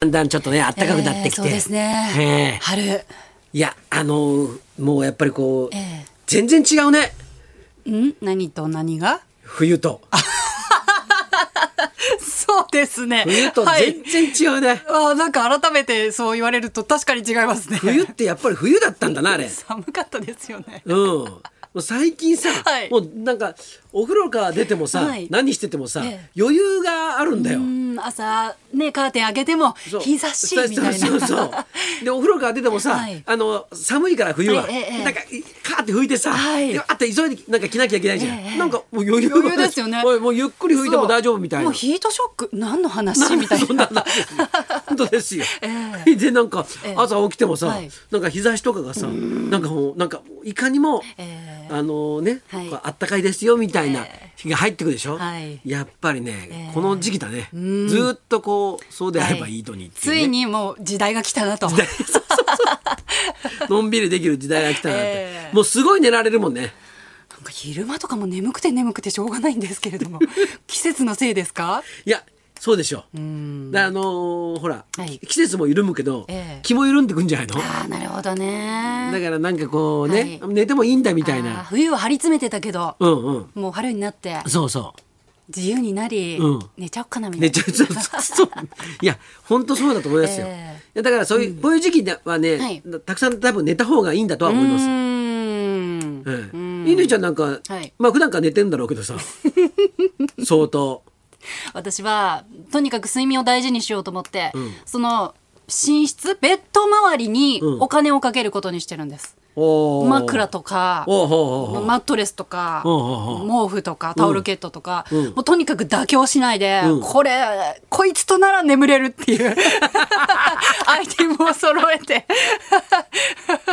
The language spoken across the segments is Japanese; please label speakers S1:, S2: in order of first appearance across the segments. S1: だんだんちょっとね、暖かくなってきて。
S2: そうですね
S1: え。え
S2: 春。
S1: いや、あの、もうやっぱりこう、
S2: ええ
S1: 全然違うね。
S2: ん何と何が
S1: 冬と。
S2: そうですね。
S1: 冬と
S2: はい。
S1: 全然違うね。
S2: あーなんか改めてそう言われると確かに違いますね。
S1: 冬ってやっぱり冬だったんだな、あれ。
S2: 寒かったですよね。
S1: うん。もう最近さ、
S2: はい
S1: もうなんかお風呂から出てもさ、
S2: はい
S1: 何しててもさ、
S2: ええ
S1: 余裕があるんだよ。
S2: うん朝ねカーテン開けても
S1: そう
S2: 日差しみたいな。
S1: そうそうそうでお風呂から出てもさ、
S2: はい
S1: あの寒いから冬は、
S2: ええええ
S1: なんかカーって拭いてさ、
S2: はい
S1: であって急いでなんか着なきゃいけないじゃん、
S2: ええ
S1: なんかもう余裕
S2: 余裕ですよね
S1: おいもうゆっくり拭いても大丈夫みたいな
S2: もうヒートショック何の話みたいな。
S1: そんな話ですよ本当ですよ、
S2: え
S1: でなんか
S2: ええ
S1: 朝起きてもさ、
S2: はい
S1: なんか日差しとかがさなんかもうなんかいかにも、
S2: ええ
S1: あのね、
S2: はい
S1: こうあったかいですよみたいな
S2: ええ
S1: 日が入ってくるでしょ、
S2: はい
S1: やっぱりね、
S2: ええ
S1: この時期だね、
S2: うん
S1: ずーっとこうそうであればいいのにってう
S2: つ
S1: ね
S2: いにもう時代が来たなと。
S1: のんびりできる時代が来たなって、
S2: ええ
S1: もうすごい寝られるもんね
S2: なんか昼間とかも眠くて眠くてしょうがないんですけれども季節のせいですか
S1: いやそうでしょう、
S2: うん
S1: であのーほら、
S2: はい
S1: 季節も緩むけど、
S2: ええ
S1: 気も緩んでくんじゃないのだ
S2: ああなるほどね
S1: からなんかこうね、
S2: はい
S1: 寝てもいいんだみたい
S2: あー
S1: な
S2: 冬は張り詰めてたけど、
S1: うんうん
S2: もう春になって
S1: そうそう
S2: 自由になり、
S1: うん
S2: 寝ちゃおっかなみたい
S1: 寝ちゃ
S2: な
S1: うそうそうそ ういや本当そうだと思いますよ、
S2: え
S1: いやだからそういう、こういう時期はね、
S2: はい
S1: たくさん多分寝た方がいいんだとは思います
S2: うーん
S1: ええ
S2: うん
S1: 乾、ちゃんなんか、
S2: はい
S1: まあ普段から寝てんだろうけど さ相当
S2: 私はとにかく睡眠を大事にしようと思って、
S1: うん
S2: その寝室ベッド周りに
S1: うん
S2: お金をかけることにしてるんです、
S1: おー
S2: 枕とか
S1: おうおうおうおう
S2: マットレスとか
S1: おうおう
S2: 毛布とかタオルケットとか、
S1: うん
S2: もうとにかく妥協しないで、
S1: うん
S2: これこいつとなら眠れるっていう アイテムを揃えて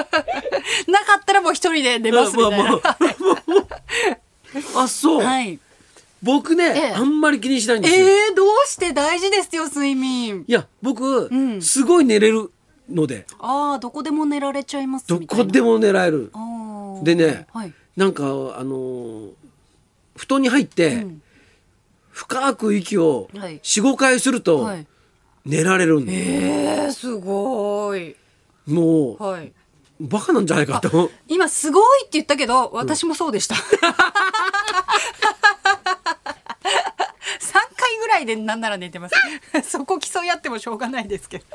S2: なかったらもう一人で寝ますみたいな、
S1: あまあまあ あそう、
S2: はい、
S1: 僕ね、
S2: ええ
S1: あんまり気にしないん
S2: え
S1: ですよ、
S2: ー、どうして大事ですよ睡眠
S1: いや僕、
S2: ん
S1: すごい寝れるので
S2: ああどこでも寝られちゃいます
S1: ど
S2: みたいな
S1: こでも寝られる
S2: あー
S1: でね、
S2: はい
S1: なんかあのー布団に入って、
S2: うん
S1: 深く息を
S2: はい
S1: 45回すると
S2: はい、
S1: 寝られるんで、
S2: えー、すごい、
S1: もう、
S2: はい、
S1: バカなんじゃないかと思う
S2: 今すごいって言ったけど私もそうでした、 三3回ぐらいでなんなら寝てます そこ競い合ってもしょうがないですけど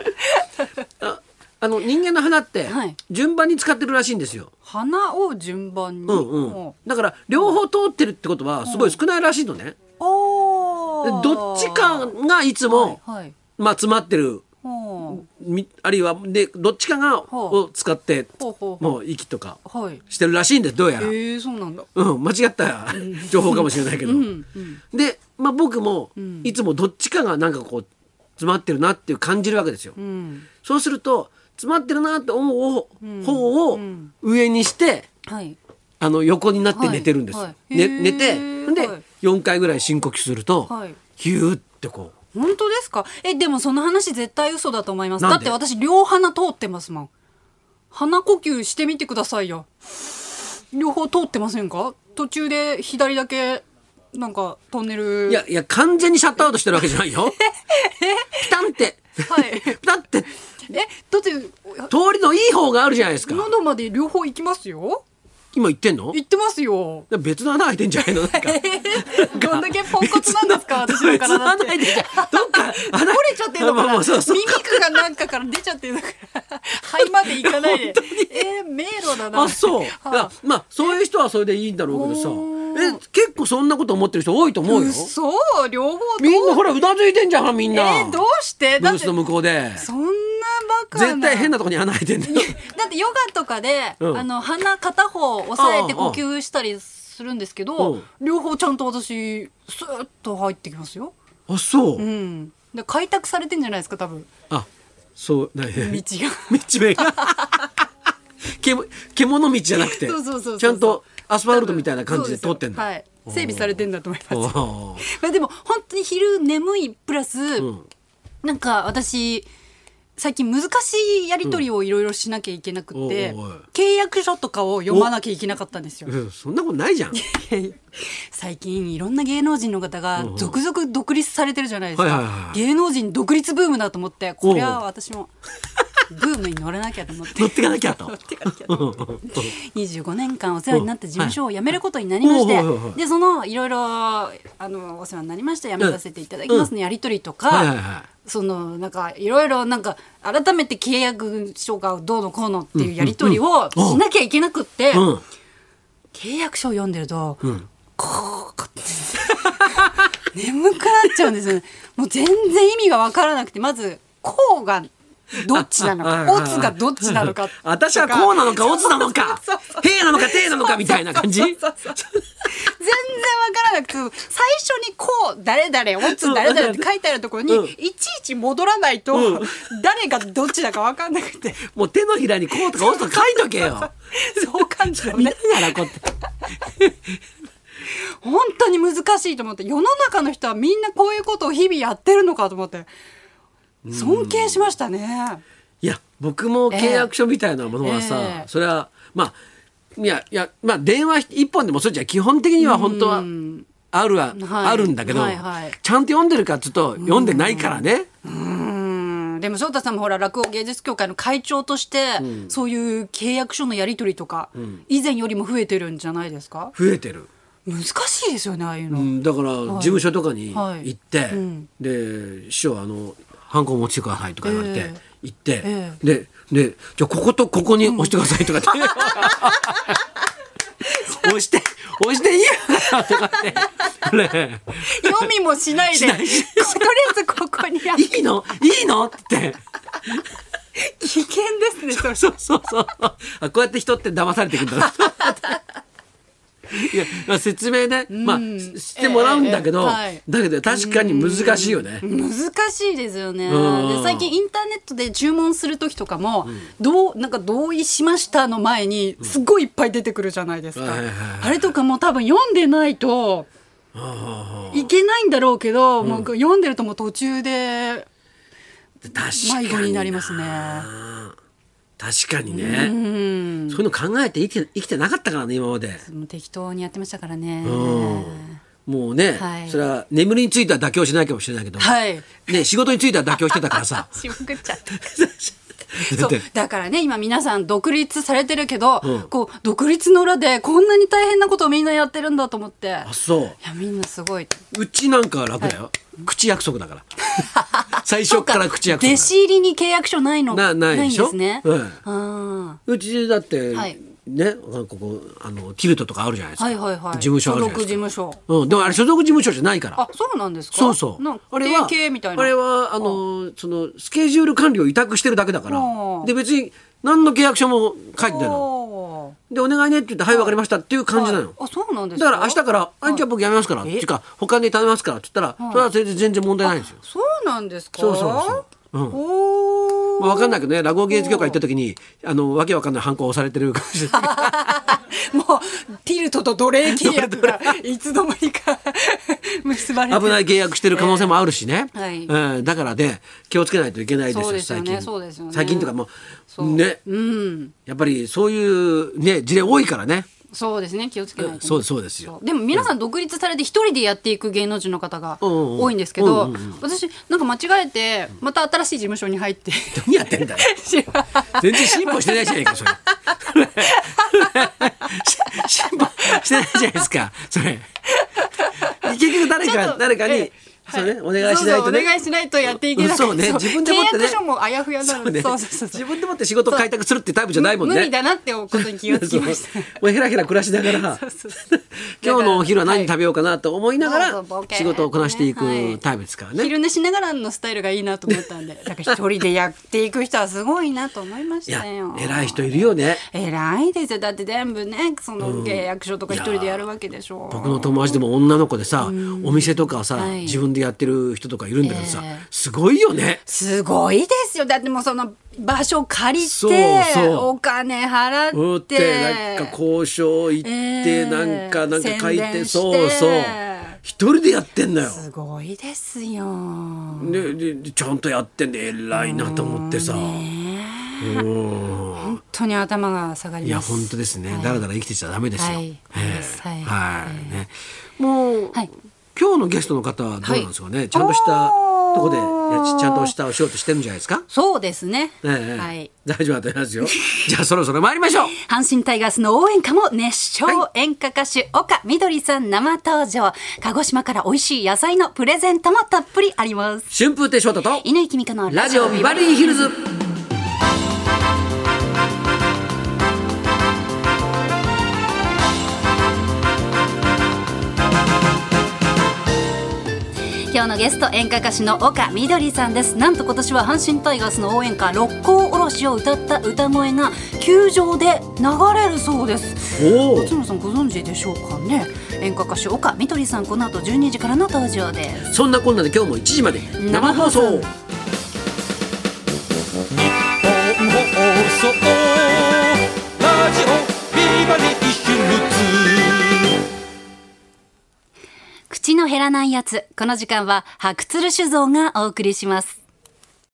S1: ああの人間の花って
S2: はい
S1: 順番に使ってるらしいんですよ。
S2: 花を順番に、
S1: うんうん、だから両方通ってるってことはすごい少ないらしいのね。
S2: お
S1: で
S2: ー
S1: どっちかがいつも、
S2: はい、はい
S1: まあ、詰まってる
S2: ほう
S1: みあるいはでどっちかが
S2: ほう
S1: を使って
S2: ほうほうほ
S1: もう息とか
S2: うはい
S1: してるらしいんですどうや
S2: え
S1: ら、
S2: ー、そうなんだ
S1: うん、間違った 情報かもしれないけど、
S2: うんうん
S1: で、まあ、僕も
S2: ん
S1: いつもどっちかがなんかこう詰まってるなっていう感じるわけですよ。
S2: うん
S1: そうすると詰まってるなって思う方を
S2: うん
S1: 上にして
S2: はい
S1: あの横になって寝てるんですよ、
S2: はいはいへ
S1: ね、
S2: ー
S1: 寝てで
S2: はい
S1: 4回ぐらい深呼吸すると、
S2: はい
S1: ヒューってこう
S2: 本当ですかえでもその話絶対嘘だと思います
S1: なんで
S2: だって私両鼻通ってますもん鼻呼吸してみてくださいよ両方通ってませんか途中で左だけなんかトンネル
S1: いやいや完全にシャットアウトしてるわけじゃない よピタンって
S2: はい
S1: ピタンって通
S2: えだって
S1: りのいい方があるじゃないですか
S2: 喉まで両方行きますよ
S1: 今言ってんの
S2: 行ってま すよ
S1: 別の穴開いてんじゃないのな んか
S2: どんだけポンコツなん ですか私の
S1: 別の
S2: 体っ
S1: 穴
S2: て
S1: 開いてんじゃんどっか穴
S2: 漏れちゃってるのか
S1: まあ
S2: ら
S1: まあそうそう
S2: 耳くがなんかから出ちゃってるのから肺まで行か ないでえー、迷路だな
S1: あそう、
S2: はい
S1: いやまあそういう人はそれでいいんだろうけどさ
S2: お
S1: え結構そんなこと思ってる人多いと思うよ
S2: 嘘両方通
S1: みんなほらうなずいてんじゃんみんな、
S2: えーどうして
S1: ブ
S2: だっ
S1: ー
S2: て
S1: ス
S2: そ
S1: の
S2: んな
S1: 向こうで
S2: バカな
S1: 絶対変なとこに穴開いてんだよ
S2: だってヨガとかで、
S1: うん
S2: あの鼻片方押さえて
S1: あああ
S2: 呼
S1: あ
S2: 吸したりするんですけど、
S1: うん
S2: 両方ちゃんと私スーッと入ってきますよ
S1: あそう、
S2: うんで開拓されてんじゃないですか多分
S1: あそうな
S2: 道
S1: に
S2: が
S1: 道面 がけ獣道じゃなくて
S2: そうそうそうそう
S1: ちゃんとアスファルトみたいな感じで通ってんだ
S2: そうですよはい整備されてんだと思います
S1: おー
S2: まあでも本当に昼眠いプラス、
S1: うん
S2: なんか私最近難しいやり取りをいろいろしなきゃいけなくって、
S1: うんおうおう
S2: 契約書とかを読まなきゃいけなかったんですよ。
S1: うんそんなことないじゃん。
S2: 最近いろんな芸能人の方が
S1: うんうん
S2: 続々独立されてるじゃないですか、
S1: はいはいはい
S2: 芸能人独立ブームだと思ってこれは私もブームに乗らなきゃと 思って
S1: 乗ってかなきゃ と。
S2: 25年間お世話になった事務所を辞めることになりまして、
S1: うんはいおうはいはい
S2: でそのいろいろあのお世話になりました辞めさせていただきますの、
S1: うん
S2: やり取りとか、
S1: はいはいは
S2: そのなんかいろいろなんか改めて契約書がどうのこうのっていうやり取りを
S1: うんうん
S2: しなきゃいけなくって、
S1: い。うん。
S2: 契約書を読んでると、
S1: うん
S2: こうこう眠くなっちゃうんですよねもう全然意味が分からなくてまずこうがどっちなのかオツがどっちなのか
S1: 私はこうなのか、オツなのか
S2: そうそう、
S1: へいなのか、ていなのかみたいな感じ。
S2: そうそうそう全然わからなく最初にこう誰々オツ誰々って書いてあるところに、
S1: うん
S2: いちいち戻らないと、誰がどっちだか分かんなくて
S1: もう手のひらにこうとか、オツとか書いとけよ。
S2: そう感じの
S1: 見な
S2: ね
S1: がらこうやって。
S2: 本当に難しいと思って世の中の人はみんなこういうことを日々やってるのかと思って尊敬しましたね。
S1: いや僕も契約書みたいなものはさ、
S2: ええええ
S1: それはまあいやいやまあ電話一本でもそうじゃ基本的には本当は
S2: うん
S1: あるは、
S2: はい
S1: あるんだけど、
S2: はいはい
S1: ちゃんと読んでるかちょっと読んでないからね、
S2: うんでも翔太さんもほら落語芸術協会の会長として、そういう契約書のやり取りとか、以前よりも増えてるんじゃないですか
S1: 増えてる、
S2: 難しいですよねああいう
S1: う
S2: の、
S1: ん、だから事務所とかに
S2: はい
S1: 行って、
S2: うん
S1: で「師匠あのハンコ持ちください」とか言われて、
S2: ええ
S1: 行って、
S2: え
S1: でで「じゃあこことここに押してください」と かって、押して押していいのかなとか って、ね
S2: 読みもしないで
S1: し
S2: と
S1: な
S2: りあ
S1: い
S2: え
S1: し
S2: ずここにあっ
S1: いいのいいのって。
S2: 危険ですねそれ
S1: そうそうそう。あ、こうやって人って騙されていくんだな。いや、まあ、説明ね、まあ、ししてもらうんだけど、
S2: ええええはい
S1: だけど確かに難しいよね。
S2: 難しいですよね
S1: うん
S2: で最近インターネットで注文する時とかも、どうなんか同意しましたの前にすごいいっぱい出てくるじゃないですか、
S1: はいはいはい
S2: あれとかも多分読んでないといけないんだろうけど、もう読んでるともう途中で
S1: 確かに。
S2: 迷子になりますね。
S1: 確かに
S2: う
S1: ね。
S2: ん
S1: そういうの考えて生きて生きてなかったからね、今まで。
S2: もう適当にやってましたからね
S1: うんもうね、
S2: はい
S1: それは眠りについては妥協しないかもしれないけど、
S2: はい。
S1: ね、仕事については妥協してたからさ
S2: しまくっちゃった
S1: だ
S2: そ
S1: っ
S2: う
S1: て
S2: だからね今皆さん独立されてるけど、
S1: うん
S2: こう独立の裏でこんなに大変なことをみんなやってるんだと思っていや
S1: あ、そう。
S2: みんなすごいう
S1: ちなんかは楽だよ。口約束だから。最初から 口約束
S2: 弟
S1: だ
S2: 子入りに契約書ないの
S1: なないで
S2: ん
S1: しょ
S2: ですね、
S1: うん
S2: あ
S1: うちだって、
S2: はい
S1: ね、ここあのキルトとかあるじゃないです
S2: ー
S1: か。
S2: はいはいは
S1: 事
S2: い
S1: 務所あるじゃな
S2: 所
S1: い
S2: 属
S1: で
S2: 事
S1: すか。
S2: 務所
S1: うん、でもあれ所属事務所じゃないから
S2: あ。そうなんですか
S1: そうそう
S2: なん。
S1: あれは
S2: 定型みたいな
S1: あれはあのそのスケジュール管理を委託してるだけだから
S2: あ。あ
S1: で別に何の契約書も書いてないの。
S2: おー
S1: でお願いねって言ってはいわかりましたっていう感じなの。
S2: あそうなんです
S1: だから明日から、あじゃあ僕やめますから、って
S2: え
S1: いうか、他に頼みますからって言ったら、それは全然全然問題ないんですよ。
S2: そうなんですか
S1: そうそうそううん
S2: お
S1: まあ、わかんない
S2: い
S1: けどね、落語芸術協会行った時に、あの、わけわかんない犯行をされてる感じで
S2: もうティルトと奴隷契約がいつの間にか 結ばれて
S1: 危ない契約してる可能性もあるしね。
S2: ええはい
S1: うんだからで、気をつけないといけないです
S2: そ
S1: よ、
S2: うですよ
S1: 最
S2: ね
S1: 近。
S2: そうですよね
S1: 最近とかも、
S2: そうう
S1: ね、
S2: うん
S1: やっぱりそういうね、事例多いからね。
S2: そうですね気をつけないとね、
S1: そうそうですよ
S2: そうでも皆さん独立されて一人でやっていく芸能人の方が
S1: うんうんうん
S2: 多いんですけ
S1: う
S2: ど
S1: んうん
S2: 私なんか間違えてまた新しい事務所に入って
S1: 何やってんだよ。全然進歩してないじゃないか、それ。 進歩してないじゃないですか、それ。結局誰
S2: ちょっ
S1: か、
S2: と
S1: 誰かに
S2: ええ、
S1: そうね、お願いしない
S2: そうそ
S1: と
S2: う
S1: ね。
S2: お願いしないとやっていけない
S1: そうね
S2: そう
S1: 自分で持ってね
S2: 契約書もあやふやな
S1: そ
S2: の
S1: うね
S2: でそうそうそうそう
S1: 自分でもって仕事を開拓するってタイプじゃないもんね。
S2: 無理だなってことに気がつきました
S1: そうもうヘラヘラ暮らしながら
S2: そうそ
S1: 今日のお昼は何食べようかなと思いなが
S2: そ
S1: ら
S2: うそう冒険
S1: 仕事をこなしてい
S2: はい
S1: くタイプですからね。
S2: 昼寝しながらのスタイルがいいなと思っ たんでだから一人でやっていく人はすごいなと思いまし
S1: いや
S2: たよ
S1: 偉い人いるよね。
S2: 偉いですよだって全部ねその契約書とか一人でやるわけでしょ
S1: 僕の友達でも女の子でさお店とかをさ
S2: はい
S1: 自分でやってる人とかいるんだけどさ
S2: ええ
S1: すごいよね。
S2: すごいですよだってもうその場所借りて
S1: そうそう
S2: お金払って
S1: 打ってなんか交渉行っ
S2: え
S1: て
S2: え
S1: なんかなんか書い
S2: 宣伝してて
S1: そうそう一人でやってんだよ
S2: すごいですよ。
S1: でででちゃんとやってんで偉いなと思ってさうん
S2: 本当に頭が下がり
S1: いや
S2: ます。
S1: 本当ですね、
S2: はい
S1: だらだら生きてちゃダメですよ
S2: はい
S1: ええ
S2: はい
S1: はいねもう、
S2: はい
S1: 今日のゲストの方はどうなんですかね、ちゃんとしたとこでいやちゃんとしたお仕事してるんじゃないですか
S2: そうですね。
S1: ええ
S2: はい。
S1: 大丈夫だと思いますよ じゃあそろそろ参りましょう
S2: 阪神タイガースの応援歌も熱唱、
S1: は
S2: 演歌歌手岡みどりさん生登場鹿児島から美味しい野菜のプレゼントもたっぷりあります
S1: 春風亭昇太と
S2: 犬木美香の
S1: ラジオビバリーヒルズ
S2: 今日のゲスト演歌歌手の岡みどりさんですなんと今年は阪神タイガースの応援歌「六甲おろし」を歌った歌声が球場で流れるそうです
S1: お
S2: 松野さんご存知でしょうかね演歌歌手岡みどりさんこの後12時からの登場です
S1: そんなこんなで今日も1時まで生放送
S3: 日本放送ラジオビバリーヒルズ
S2: 口の減らないやつこの時間は白鶴酒造がお送りします